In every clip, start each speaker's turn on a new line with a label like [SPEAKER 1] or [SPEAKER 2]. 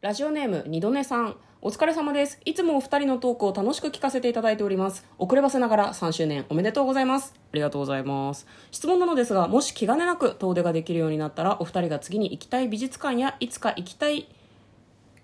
[SPEAKER 1] ラジオネーム二度寝さんお疲れ様ですいつもお二人のトークを楽しく聞かせていただいております遅ればせながら3周年おめでとうございますありがとうございます質問なのですがもし気兼ねなく遠出ができるようになったらお二人が次に行きたい美術館やいつか行きたい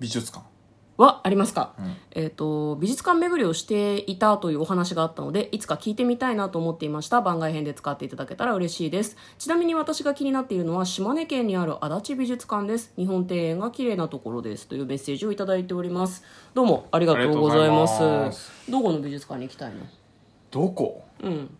[SPEAKER 2] 美術館
[SPEAKER 1] はありますか、
[SPEAKER 2] うん
[SPEAKER 1] えっ、と美術館巡りをしていたというお話があったのでいつか聞いてみたいなと思っていました番外編で使っていただけたら嬉しいですちなみに私が気になっているのは島根県にある足立美術館です日本庭園が綺麗なところですというメッセージをいただいておりますどうもありがとうございます
[SPEAKER 2] ありがとうございます
[SPEAKER 1] どこの美術館に行きたいの
[SPEAKER 2] どこ
[SPEAKER 1] うん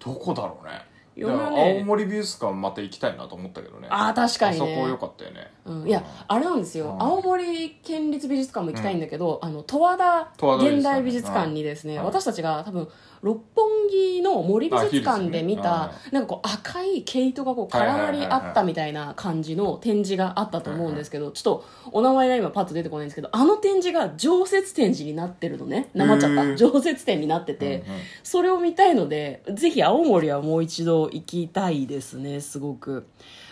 [SPEAKER 2] どこだろうね
[SPEAKER 1] いやまあね
[SPEAKER 2] だから青森美術館また行きたいなと思ったけどね
[SPEAKER 1] ああ確かにね
[SPEAKER 2] あそこ良かったよね
[SPEAKER 1] うん、いやあれなんですよ、
[SPEAKER 2] うん
[SPEAKER 1] 青森県立美術館も行きたいんだけど、あの十和田
[SPEAKER 2] 十和田美術館
[SPEAKER 1] 現代美術館にですね、
[SPEAKER 2] はい
[SPEAKER 1] 私たちが多分六本木の森美術館で見
[SPEAKER 2] あ
[SPEAKER 1] た
[SPEAKER 2] ヒルズ
[SPEAKER 1] なんかこう赤い毛糸がこう
[SPEAKER 2] はい
[SPEAKER 1] 絡
[SPEAKER 2] はいは
[SPEAKER 1] ま
[SPEAKER 2] いはい
[SPEAKER 1] り合ったみたいな感じの展示があったと思うんですけど、ちょっとお名前が今パッと出てこないんですけどあの展示が常設展示になってるのねなまっちゃっ
[SPEAKER 2] へ
[SPEAKER 1] た
[SPEAKER 2] ー
[SPEAKER 1] 常設展になってて、
[SPEAKER 2] うんうん
[SPEAKER 1] それを見たいのでぜひ青森はもう一度行きたいですねすごく、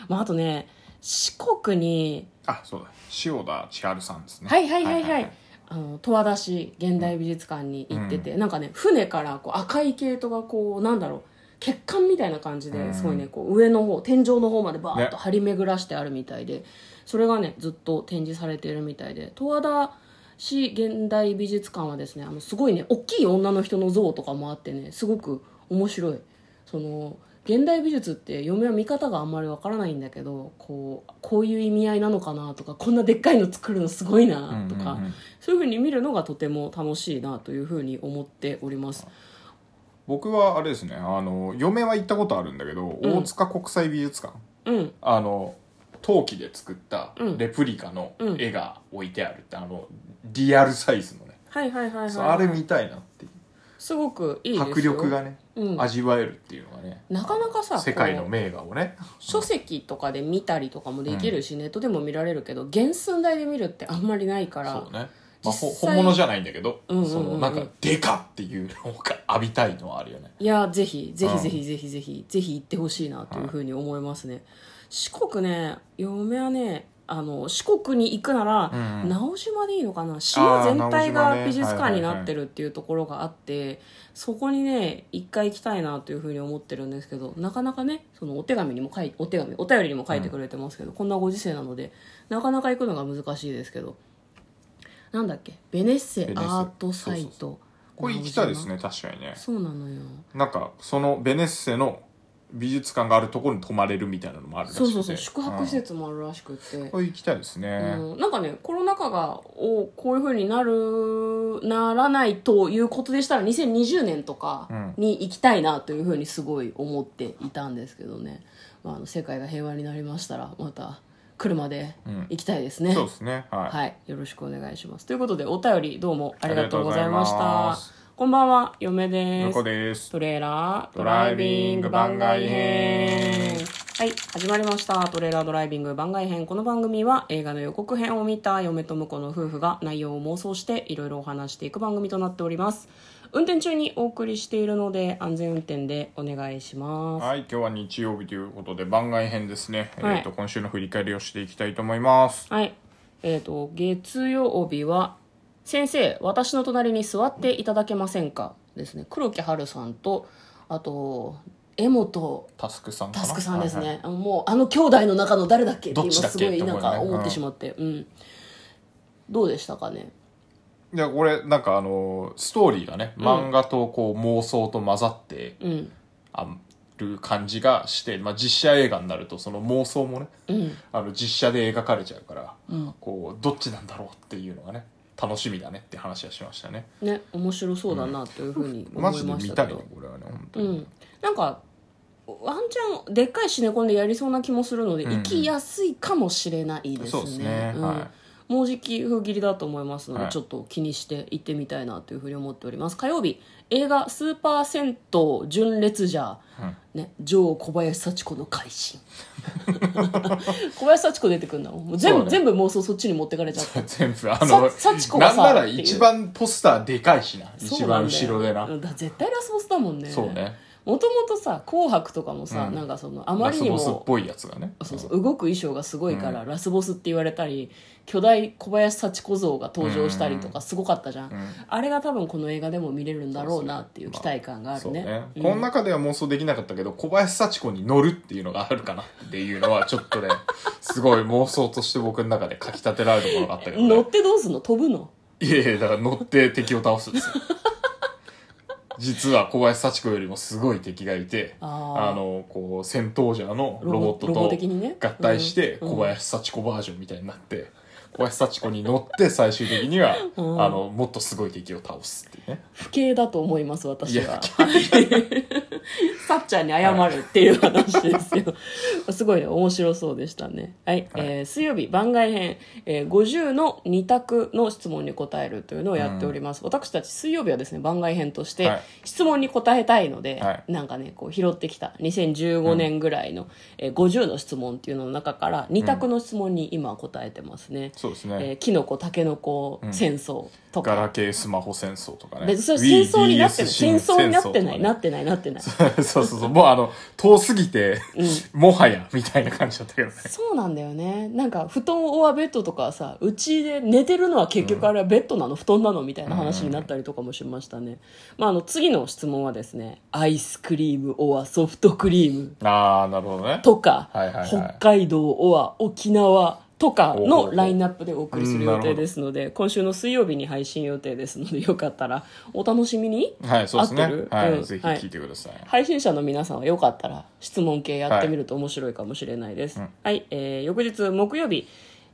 [SPEAKER 1] まあ、あとね四国に
[SPEAKER 2] あそうだ塩田千春さんですね
[SPEAKER 1] はいはいはいはい、あの十和田市現代美術館に行ってて、なんかね船からこう赤い系統がこうなんだろう血管みたいな感じで、
[SPEAKER 2] うん
[SPEAKER 1] すごいねこう上の方天井の方までバーッと
[SPEAKER 2] ね
[SPEAKER 1] 張り巡らしてあるみたいで、それがねずっと展示されているみたいで十和田市現代美術館はですねあのすごいね大きい女の人の像とかもあってねすごく面白いその現代美術って嫁は見方があんまりわからないんだけどこうこういう意味合いなのかなとかこんなでっかいの作るのすごいなとか、
[SPEAKER 2] うんうんうん
[SPEAKER 1] そういうふうに見るのがとても楽しいなというふうに思っております
[SPEAKER 2] 僕はあれですねあの嫁は行ったことあるんだけど、
[SPEAKER 1] ん
[SPEAKER 2] 大塚国際美術館
[SPEAKER 1] うん
[SPEAKER 2] あの陶器で作った
[SPEAKER 1] うん
[SPEAKER 2] レプリカの
[SPEAKER 1] うん
[SPEAKER 2] 絵が置いてあるって、あのリアルサイズのね、
[SPEAKER 1] はいはいはい
[SPEAKER 2] そう
[SPEAKER 1] はい
[SPEAKER 2] あれ見たいなっていう
[SPEAKER 1] すごくいいですよ
[SPEAKER 2] 迫力がね、
[SPEAKER 1] うん
[SPEAKER 2] 味わえるっていうのがね
[SPEAKER 1] なかなかさ
[SPEAKER 2] 世界の名画をね
[SPEAKER 1] 書籍とかで見たりとかもできるし、ネットでも見られるけど原寸大で見るってあんまりないから
[SPEAKER 2] そうね、まあ、ほ
[SPEAKER 1] 実際
[SPEAKER 2] 本物じゃないんだけど、
[SPEAKER 1] うんうんうんうん
[SPEAKER 2] そのなんかデカっていうのが浴びたいのはあるよね
[SPEAKER 1] いやぜひぜ
[SPEAKER 2] う
[SPEAKER 1] ひ
[SPEAKER 2] ん
[SPEAKER 1] ぜひぜひぜひぜひ行ってほしいなというふうに思いますね、四国ね嫁はねあの四国に行くなら、
[SPEAKER 2] うんうん
[SPEAKER 1] 直島でいいのかな島全体
[SPEAKER 2] 直島
[SPEAKER 1] が
[SPEAKER 2] ね
[SPEAKER 1] 美術館になってるっていうところがあって、そこにね一回行きたいなというふうに思ってるんですけどなかなかねそのお手紙にも書いお手紙お便りにも書いてくれてますけど、こんなご時世なのでなかなか行くのが難しいですけどなんだっけベネッセ
[SPEAKER 2] ベネッセ
[SPEAKER 1] アートサイ
[SPEAKER 2] そうそう
[SPEAKER 1] ト
[SPEAKER 2] これ行きたいですね確かにね
[SPEAKER 1] そうなのよ
[SPEAKER 2] なんかそのベネッセの美術館があるところに泊まれるみたいなのもあるらしくて
[SPEAKER 1] そうそうそう宿泊施設もあるらしくて、
[SPEAKER 2] うんこれ行きたいですね、
[SPEAKER 1] うん、なんかねコロナ禍がおこういうふうになるならないということでしたら2020年とかに行きたいなというふうにすごい思っていたんですけどね、まあ、あの世界が平和になりましたらまた車で行きたいですね、
[SPEAKER 2] そうですねはい、
[SPEAKER 1] はい、よろしくお願いしますということでお便りどうもありがとうございまし
[SPEAKER 2] ありがとうござい
[SPEAKER 1] た
[SPEAKER 2] ます
[SPEAKER 1] こんばんは嫁で
[SPEAKER 2] 向
[SPEAKER 1] す
[SPEAKER 2] こうです
[SPEAKER 1] トレーラード
[SPEAKER 2] ド
[SPEAKER 1] ラ
[SPEAKER 2] ラ
[SPEAKER 1] イ
[SPEAKER 2] イ
[SPEAKER 1] ビ
[SPEAKER 2] ビ
[SPEAKER 1] ン
[SPEAKER 2] ン
[SPEAKER 1] グ
[SPEAKER 2] グ
[SPEAKER 1] 番
[SPEAKER 2] 番
[SPEAKER 1] 外
[SPEAKER 2] 外
[SPEAKER 1] 編
[SPEAKER 2] 編。
[SPEAKER 1] はい、始まりました。トレーラードライビング番外編。この番組は映画の予告編を見た嫁と婿の夫婦が内容を妄想していろいろお話していく番組となっております。運転中にお送りしているので安全運転でお願いします。
[SPEAKER 2] はい、今日は日曜日ということで番外編ですね。
[SPEAKER 1] はい
[SPEAKER 2] えっ、と今週の振り返りをしていきたいと思います。
[SPEAKER 1] はい。えっ、と、月曜日は、先生、私の隣に座っていただけませんかですね。黒木春さんと、あと、江本
[SPEAKER 2] タスクさんかな。
[SPEAKER 1] タスクさんですね、
[SPEAKER 2] はいはい
[SPEAKER 1] あのもうあの兄弟の中の誰だっけって
[SPEAKER 2] どっ
[SPEAKER 1] 今
[SPEAKER 2] ちだっ
[SPEAKER 1] す
[SPEAKER 2] け
[SPEAKER 1] ごいなん
[SPEAKER 2] って
[SPEAKER 1] か
[SPEAKER 2] 思うよね
[SPEAKER 1] 思ってしまって、うんどうでしたかね
[SPEAKER 2] いやこれなんかあのストーリーがね、漫画とこう妄想と混ざって
[SPEAKER 1] うん
[SPEAKER 2] ある感じがして、まあ実写映画になるとその妄想もね、
[SPEAKER 1] うん
[SPEAKER 2] あの実写で描かれちゃうから、
[SPEAKER 1] うん
[SPEAKER 2] こうどっちなんだろうっていうのがね、楽しみだねって話はしましたね。
[SPEAKER 1] ね面白そうだなというふうに思
[SPEAKER 2] マ
[SPEAKER 1] い
[SPEAKER 2] ジで
[SPEAKER 1] まし
[SPEAKER 2] 見
[SPEAKER 1] た
[SPEAKER 2] た
[SPEAKER 1] け
[SPEAKER 2] いね
[SPEAKER 1] ど、
[SPEAKER 2] これはね本当
[SPEAKER 1] う
[SPEAKER 2] に。
[SPEAKER 1] んなんかワンチャンでっかいシネコンでやりそうな気もするので、
[SPEAKER 2] うんうん
[SPEAKER 1] 行きやすいかもしれないですね
[SPEAKER 2] そうですね
[SPEAKER 1] うん
[SPEAKER 2] は
[SPEAKER 1] もうじき封切りだと思いますので、
[SPEAKER 2] はい
[SPEAKER 1] ちょっと気にして行ってみたいなというふうに思っております火曜日映画「スーパー銭湯純烈ジャー」
[SPEAKER 2] うん
[SPEAKER 1] ね、女王小林幸子の改心 小林幸子出てくるんだもんもう全部、
[SPEAKER 2] そうね
[SPEAKER 1] 全部妄想そっちに持ってかれちゃった
[SPEAKER 2] 全部あの
[SPEAKER 1] さ幸子が
[SPEAKER 2] な
[SPEAKER 1] さ
[SPEAKER 2] んなら
[SPEAKER 1] っていう
[SPEAKER 2] 一番ポスターでかいしな
[SPEAKER 1] そう
[SPEAKER 2] 一
[SPEAKER 1] な
[SPEAKER 2] 番
[SPEAKER 1] んだよ
[SPEAKER 2] 後ろでな
[SPEAKER 1] うんだ絶対ラスボスだもんね
[SPEAKER 2] そうね
[SPEAKER 1] もともとさ「紅白」とかもさ、
[SPEAKER 2] うん
[SPEAKER 1] なんかそのあまりに
[SPEAKER 2] ラスボスっ
[SPEAKER 1] も
[SPEAKER 2] ぽいやつがね
[SPEAKER 1] そうそう動く衣装がすごいから、ラスボスって言われたり巨大小林幸子像が登場したりとかすごかったじゃん、
[SPEAKER 2] うん
[SPEAKER 1] あれが多分この映画でも見れるんだろうなっていう期待感があ
[SPEAKER 2] そ
[SPEAKER 1] る
[SPEAKER 2] う
[SPEAKER 1] ね,、
[SPEAKER 2] ね、
[SPEAKER 1] うん
[SPEAKER 2] この中では妄想できなかったけど小林幸子に乗るっていうのがあるかなっていうのはちょっ とねすごい妄想として僕の中でかきたてられるものがあったけど、
[SPEAKER 1] 乗
[SPEAKER 2] ね
[SPEAKER 1] っ、てどうすんの飛ぶの
[SPEAKER 2] いやいやだから乗って敵を倒すんですよ 実は小林幸子よりもすごい敵がいて
[SPEAKER 1] あー
[SPEAKER 2] あのこう戦闘ジャーのロボット
[SPEAKER 1] ロボ
[SPEAKER 2] と
[SPEAKER 1] 的にね
[SPEAKER 2] 合体して
[SPEAKER 1] うん
[SPEAKER 2] 小林幸子バージョンみたいになって小林幸子に乗って最終的には、
[SPEAKER 1] うん
[SPEAKER 2] あのもっとすごい敵を倒すっていうね
[SPEAKER 1] 不敬だと思います私
[SPEAKER 2] いや
[SPEAKER 1] はさっちゃんに謝るっていう話ですよすごいね面白そうでしたねはい、
[SPEAKER 2] はい
[SPEAKER 1] えー水曜日番外編、えー50の2択の質問に答えるというのをやっております、私たち水曜日はですね番外編として
[SPEAKER 2] はい
[SPEAKER 1] 質問に答えたいので、
[SPEAKER 2] はい
[SPEAKER 1] なんかねこう拾ってきた2015年ぐらいの、えー50の質問っていうのの中から2択の質問に今答えてますね、
[SPEAKER 2] そうですね、
[SPEAKER 1] えーキノコタケノコ戦争とか、
[SPEAKER 2] ガラケースマホ戦争とかね。
[SPEAKER 1] 別にそれ戦争になってない
[SPEAKER 2] Wii DS
[SPEAKER 1] 戦争になって
[SPEAKER 2] 戦
[SPEAKER 1] ない
[SPEAKER 2] 争
[SPEAKER 1] な
[SPEAKER 2] と
[SPEAKER 1] ってないなってない
[SPEAKER 2] かねそうそうそう。もうあの、遠すぎて、もはや、みたいな感じだったけどね。
[SPEAKER 1] そうなんだよねなんか布団オアベッドとかさうちで寝てるのは結局あれはベッドなの布団なのみたいな話になったりとかもしましたね、まあ、あの次の質問はですねアイスクリームオアソフトクリーム
[SPEAKER 2] あー、なるほどね。
[SPEAKER 1] とか、
[SPEAKER 2] はいはいはい
[SPEAKER 1] 北海道オア沖縄とか
[SPEAKER 2] お
[SPEAKER 1] の
[SPEAKER 2] ー
[SPEAKER 1] ラインナップでお送りする予定ですので今週の水曜日に配信予定ですのでよかったらお楽しみに
[SPEAKER 2] はい、そうです
[SPEAKER 1] 合って
[SPEAKER 2] ね
[SPEAKER 1] る。
[SPEAKER 2] はい、
[SPEAKER 1] うん
[SPEAKER 2] ぜひ
[SPEAKER 1] はい
[SPEAKER 2] 聞いてください。
[SPEAKER 1] 配信者の皆さんはよかったら質問系やってみると面白いかもしれないです。はい、えー翌日木曜日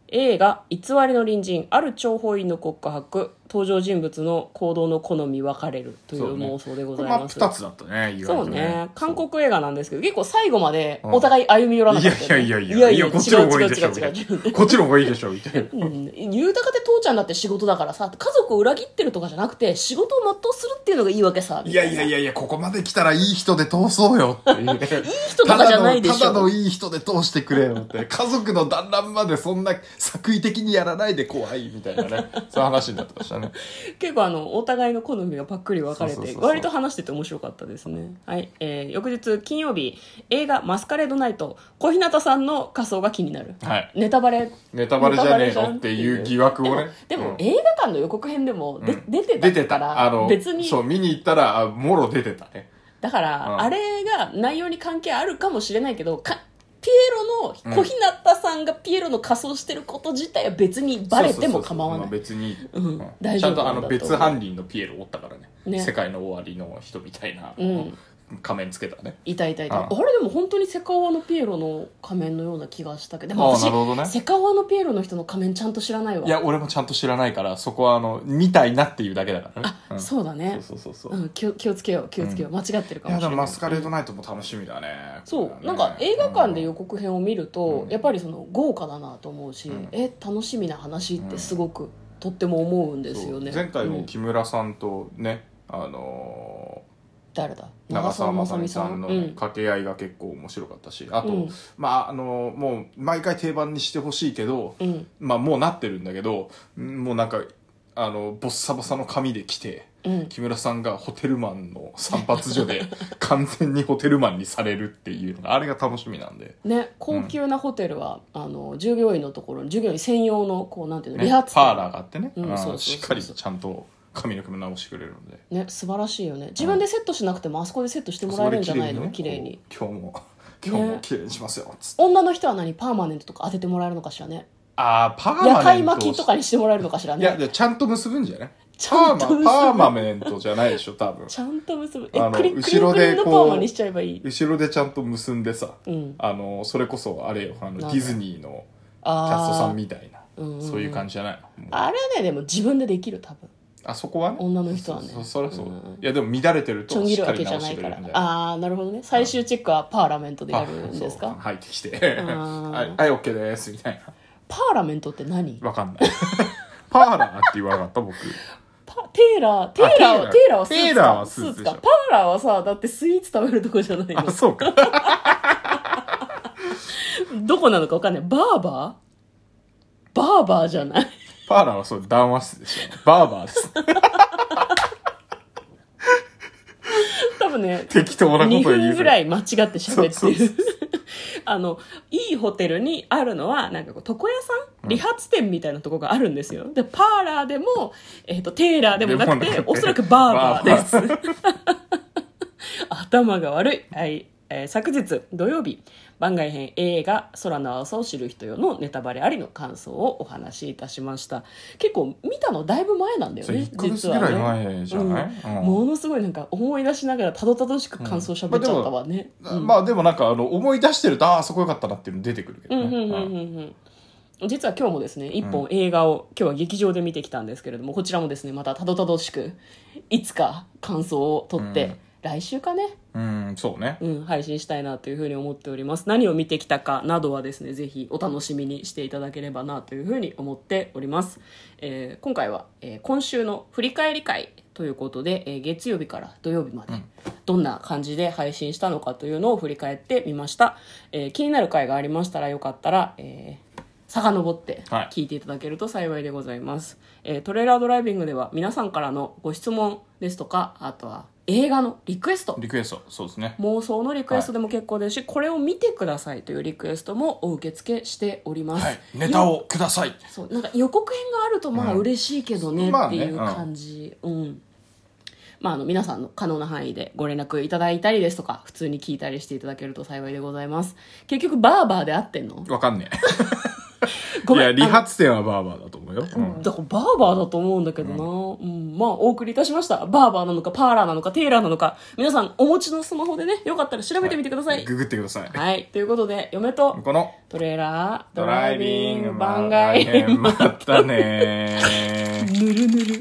[SPEAKER 1] 映画「偽りの隣人ある諜報員の国家発登場人物の行動の好み分かれる」という妄想でご
[SPEAKER 2] こ
[SPEAKER 1] ざ
[SPEAKER 2] れ
[SPEAKER 1] い
[SPEAKER 2] まあ、
[SPEAKER 1] ます。
[SPEAKER 2] 二つだったね、意外
[SPEAKER 1] そう
[SPEAKER 2] と
[SPEAKER 1] ね
[SPEAKER 2] ね。。
[SPEAKER 1] 韓国映画なんですけど、結構最後までお互い歩み寄らなかったよね、
[SPEAKER 2] いやいやいやいや、いや、こっちの方がいいでしょ、みた
[SPEAKER 1] 違う違う違う違う違う
[SPEAKER 2] いな。こっちの方がいいでしょ、みたいな。
[SPEAKER 1] うん、ゆうたかって父ちゃんだって仕事だからさ、家族を裏切ってるとかじゃなくて、仕事を全うするっていうのがいいわけさ。み
[SPEAKER 2] い
[SPEAKER 1] た
[SPEAKER 2] や
[SPEAKER 1] ない
[SPEAKER 2] やいやいや、ここまで来たらいい人で通そうよ っていう。いい人
[SPEAKER 1] とかじゃないでしょ
[SPEAKER 2] ただのただのいい人で通してくれよって。家族の団らんまでそんな作為的にやらないで怖いみた いなね。そういう話になってましたね。
[SPEAKER 1] 結構あのお互いの好みがパックリ分かれ
[SPEAKER 2] そうそう
[SPEAKER 1] て
[SPEAKER 2] そうそう
[SPEAKER 1] 割と話してて面白かったですねはい、えー、翌日金曜日映画「マスカレードナイト」小日向さんの仮装が気になる、
[SPEAKER 2] はい
[SPEAKER 1] ネタバレ
[SPEAKER 2] ネタバレじゃねえのっていう疑惑をね。
[SPEAKER 1] でも、
[SPEAKER 2] うん
[SPEAKER 1] 映画館の予告編でもで、出て
[SPEAKER 2] 出て
[SPEAKER 1] たか
[SPEAKER 2] た。あ
[SPEAKER 1] ら
[SPEAKER 2] の、
[SPEAKER 1] 別に
[SPEAKER 2] そう、見に行ったら、あもろ出てたね。
[SPEAKER 1] だから、
[SPEAKER 2] うん
[SPEAKER 1] あれが内容に関係あるかもしれないけどかピエロの小日向さんがピエロの仮装してること自体は別にバレても構わない
[SPEAKER 2] そうそうそうまあ別に、
[SPEAKER 1] うん
[SPEAKER 2] うん
[SPEAKER 1] 大
[SPEAKER 2] ち
[SPEAKER 1] 丈
[SPEAKER 2] ゃ
[SPEAKER 1] 夫
[SPEAKER 2] んとあ
[SPEAKER 1] な
[SPEAKER 2] の
[SPEAKER 1] んだと思う
[SPEAKER 2] 別犯人のピエロおったからね。
[SPEAKER 1] ね
[SPEAKER 2] 世界の終わりの人みたいな、
[SPEAKER 1] うん
[SPEAKER 2] 仮面つけたね。
[SPEAKER 1] いたいたい
[SPEAKER 2] うん
[SPEAKER 1] たあれでも本当にセカオワのピエロの仮面のような気がしたけどでも
[SPEAKER 2] ああ
[SPEAKER 1] 私、
[SPEAKER 2] なるほどね
[SPEAKER 1] セカオワのピエロの人の仮面ちゃんと知らないわ
[SPEAKER 2] いや、俺もちゃんと知らないから、そこはあの、見たいなっていうだけだからね。
[SPEAKER 1] あ、
[SPEAKER 2] うん
[SPEAKER 1] そうだね
[SPEAKER 2] そうそうそうそう。
[SPEAKER 1] うん、気を気をつけよう気をつけよう、間違ってるか
[SPEAKER 2] い
[SPEAKER 1] も
[SPEAKER 2] や
[SPEAKER 1] し
[SPEAKER 2] で
[SPEAKER 1] れな
[SPEAKER 2] も
[SPEAKER 1] い
[SPEAKER 2] マスカレードナイトも楽しみだね
[SPEAKER 1] そうなんか映画館で予告編を見ると、
[SPEAKER 2] うん
[SPEAKER 1] やっぱりその豪華だなと思うし、
[SPEAKER 2] うん
[SPEAKER 1] え楽しみな話ってすごく、とっても思うんですよね
[SPEAKER 2] 前回
[SPEAKER 1] う
[SPEAKER 2] も
[SPEAKER 1] ん
[SPEAKER 2] 木村さんとね、あの
[SPEAKER 1] 誰だ
[SPEAKER 2] ー長澤まさみさ
[SPEAKER 1] 長
[SPEAKER 2] んの
[SPEAKER 1] 澤ま
[SPEAKER 2] ね掛け合いが結構面白かったしあと、
[SPEAKER 1] うん
[SPEAKER 2] まああのーもう毎回定番にしてほしいけど、
[SPEAKER 1] うん、うん
[SPEAKER 2] まあもうなってるんだけどんもうなんかあのボッサボサの髪で来て
[SPEAKER 1] うん
[SPEAKER 2] 木村さんがホテルマンの散髪 所で完全にホテルマンにされるっていうのがあれが楽しみなんで。
[SPEAKER 1] ね、高級なホテルは、あの従業員のところに従業員専用のこうなんていうの、
[SPEAKER 2] ね
[SPEAKER 1] 理髪店
[SPEAKER 2] パーラーがあってね、
[SPEAKER 1] うん
[SPEAKER 2] あの
[SPEAKER 1] そうそうそうそう
[SPEAKER 2] しっかりちゃんと髪の毛も直してくれるので
[SPEAKER 1] ね素晴らしいよね自分でセットしなくてもあそこでセットしてもらえるんじゃないの綺麗に,、
[SPEAKER 2] こう今日も今日も
[SPEAKER 1] ね
[SPEAKER 2] 綺麗にしますよっつって、
[SPEAKER 1] 女の人は何パーマネントとか当ててもらえるのかしらね
[SPEAKER 2] ああパーマネント
[SPEAKER 1] 夜会巻きとかにしてもらえるのかしら
[SPEAKER 2] いや
[SPEAKER 1] ね
[SPEAKER 2] いやちゃんと結ぶんじゃない
[SPEAKER 1] ち
[SPEAKER 2] パ
[SPEAKER 1] ゃんと結
[SPEAKER 2] ー
[SPEAKER 1] ぶ
[SPEAKER 2] マパーマメントじゃないでしょ多分
[SPEAKER 1] ちゃんと結ぶえ
[SPEAKER 2] あの
[SPEAKER 1] クリクリクリ
[SPEAKER 2] 後ろで
[SPEAKER 1] の
[SPEAKER 2] こう
[SPEAKER 1] パーマにしちゃえばいい
[SPEAKER 2] 後ろでちゃんと結んでさ、
[SPEAKER 1] うん
[SPEAKER 2] あのそれこそあれよあのデ
[SPEAKER 1] だ
[SPEAKER 2] ィズニーのキャストさ
[SPEAKER 1] あ
[SPEAKER 2] んみたいな
[SPEAKER 1] うんうんうん
[SPEAKER 2] そういう感じじゃないのもう
[SPEAKER 1] ああれはねでも自分でできる多分
[SPEAKER 2] あそこはね
[SPEAKER 1] 女の人はね
[SPEAKER 2] そそそりゃそう、
[SPEAKER 1] うん
[SPEAKER 2] いやでも乱れてる
[SPEAKER 1] ちょ
[SPEAKER 2] と
[SPEAKER 1] ん切
[SPEAKER 2] し
[SPEAKER 1] る
[SPEAKER 2] っか
[SPEAKER 1] わけ
[SPEAKER 2] り
[SPEAKER 1] じゃ
[SPEAKER 2] 直
[SPEAKER 1] な
[SPEAKER 2] して
[SPEAKER 1] い
[SPEAKER 2] く
[SPEAKER 1] か
[SPEAKER 2] れ
[SPEAKER 1] ら
[SPEAKER 2] るんじゃない
[SPEAKER 1] ああーなるほどね最終チェックはパーラメントでやるんです
[SPEAKER 2] そう
[SPEAKER 1] か
[SPEAKER 2] 入ってきて「はい、はい、OK です」みたいな
[SPEAKER 1] パーラメントって何
[SPEAKER 2] わかんないパーラーって言わなかっ た僕
[SPEAKER 1] パテーラーテーラーは
[SPEAKER 2] テ
[SPEAKER 1] テ
[SPEAKER 2] ー
[SPEAKER 1] ー
[SPEAKER 2] ラ
[SPEAKER 1] ラ
[SPEAKER 2] ー
[SPEAKER 1] ー
[SPEAKER 2] は
[SPEAKER 1] はスーツか
[SPEAKER 2] テーラーはスーツでしょ
[SPEAKER 1] かパーラーはさだってスイーツ食べるとこじゃないの
[SPEAKER 2] あそうか
[SPEAKER 1] どこなのかわかんない。バーバーバーバーじゃない。
[SPEAKER 2] パーラーはそう談話室でしょバーバーです
[SPEAKER 1] 多分ね
[SPEAKER 2] 適当なこと
[SPEAKER 1] 2
[SPEAKER 2] を言
[SPEAKER 1] 分
[SPEAKER 2] う
[SPEAKER 1] ぐらい間違って喋
[SPEAKER 2] そう
[SPEAKER 1] っ
[SPEAKER 2] そ
[SPEAKER 1] て
[SPEAKER 2] う
[SPEAKER 1] る あのいいホテルにあるのはなんかこう床屋さ
[SPEAKER 2] うん
[SPEAKER 1] ん理髪店みたいなとこがあるんですよでパーラーでも、えー、とテーラーでもなく
[SPEAKER 2] でもな
[SPEAKER 1] て
[SPEAKER 2] くて
[SPEAKER 1] おそらくバーバ
[SPEAKER 2] バ
[SPEAKER 1] ーです 頭が悪い、はいえー昨日土曜日番外編映画「空の青さを知る人よ」のネタバレありの感想をお話しいたしました結構見たのだいぶ前なんだよ
[SPEAKER 2] それ
[SPEAKER 1] ね
[SPEAKER 2] 1ヶ月
[SPEAKER 1] 実
[SPEAKER 2] ぐ
[SPEAKER 1] は
[SPEAKER 2] ら
[SPEAKER 1] ね
[SPEAKER 2] い前じゃない、うん
[SPEAKER 1] ものすごいなんか思い出しながらたどたどしく感想喋っちゃったわね、うん
[SPEAKER 2] まあでもなんかあの思い出してるとああそこよかったなっていうの出てくるけど
[SPEAKER 1] うんうんうんう
[SPEAKER 2] ね
[SPEAKER 1] んうん実は今日もですね一本映画を、今日は劇場で見てきたんですけれどもこちらもですねまたたどたどしくいつか感想を取って、
[SPEAKER 2] うん
[SPEAKER 1] 来週かね、
[SPEAKER 2] うん、うんそうね
[SPEAKER 1] うん、配信したいなというふうに思っております何を見てきたかなどはですねぜひお楽しみにしていただければなというふうに思っております、えー今回は、えー今週の振り返り会ということで、えー月曜日から土曜日まで、どんな感じで配信したのかというのを振り返ってみました、えー気になる回がありましたらよかったら、えー遡って
[SPEAKER 2] はい
[SPEAKER 1] 聞いていただけると幸いでございます、えートレーラードライビングでは皆さんからのご質問ですとかあとは映画のリクエスト
[SPEAKER 2] リクエストそうですね
[SPEAKER 1] 妄想のリクエストでも結構ですし、これを見てくださいというリクエストもお受け付けしております、
[SPEAKER 2] はいネタをください
[SPEAKER 1] そうなんか予告編があるとまあ
[SPEAKER 2] うん
[SPEAKER 1] 嬉しいけどね
[SPEAKER 2] まあ
[SPEAKER 1] って
[SPEAKER 2] ね
[SPEAKER 1] いう感じ、うんまあ、あの皆さんの可能な範囲でご連絡いただいたりですとか普通に聞いたりしていただけると幸いでございます結局バーバーで合ってん の
[SPEAKER 2] わかんねえ
[SPEAKER 1] ご
[SPEAKER 2] い
[SPEAKER 1] めん
[SPEAKER 2] や理髪店はバーバーだと思うよ、うん
[SPEAKER 1] だからバーバーだと思うんだけどな、うんまあお送りいたしましたバーバーなのかパーラーなのかテーラーなのか皆さんお持ちのスマホでねよかったら調べてみてください、はい
[SPEAKER 2] ググってください、
[SPEAKER 1] ということで嫁と
[SPEAKER 2] この
[SPEAKER 1] トレーラード
[SPEAKER 2] ド
[SPEAKER 1] ラ
[SPEAKER 2] ラ
[SPEAKER 1] イ
[SPEAKER 2] イ
[SPEAKER 1] ビ
[SPEAKER 2] ビ
[SPEAKER 1] ン
[SPEAKER 2] ン
[SPEAKER 1] グ
[SPEAKER 2] グ
[SPEAKER 1] 番
[SPEAKER 2] 番
[SPEAKER 1] 外
[SPEAKER 2] 外
[SPEAKER 1] 編
[SPEAKER 2] 編またね ー
[SPEAKER 1] ぬるぬる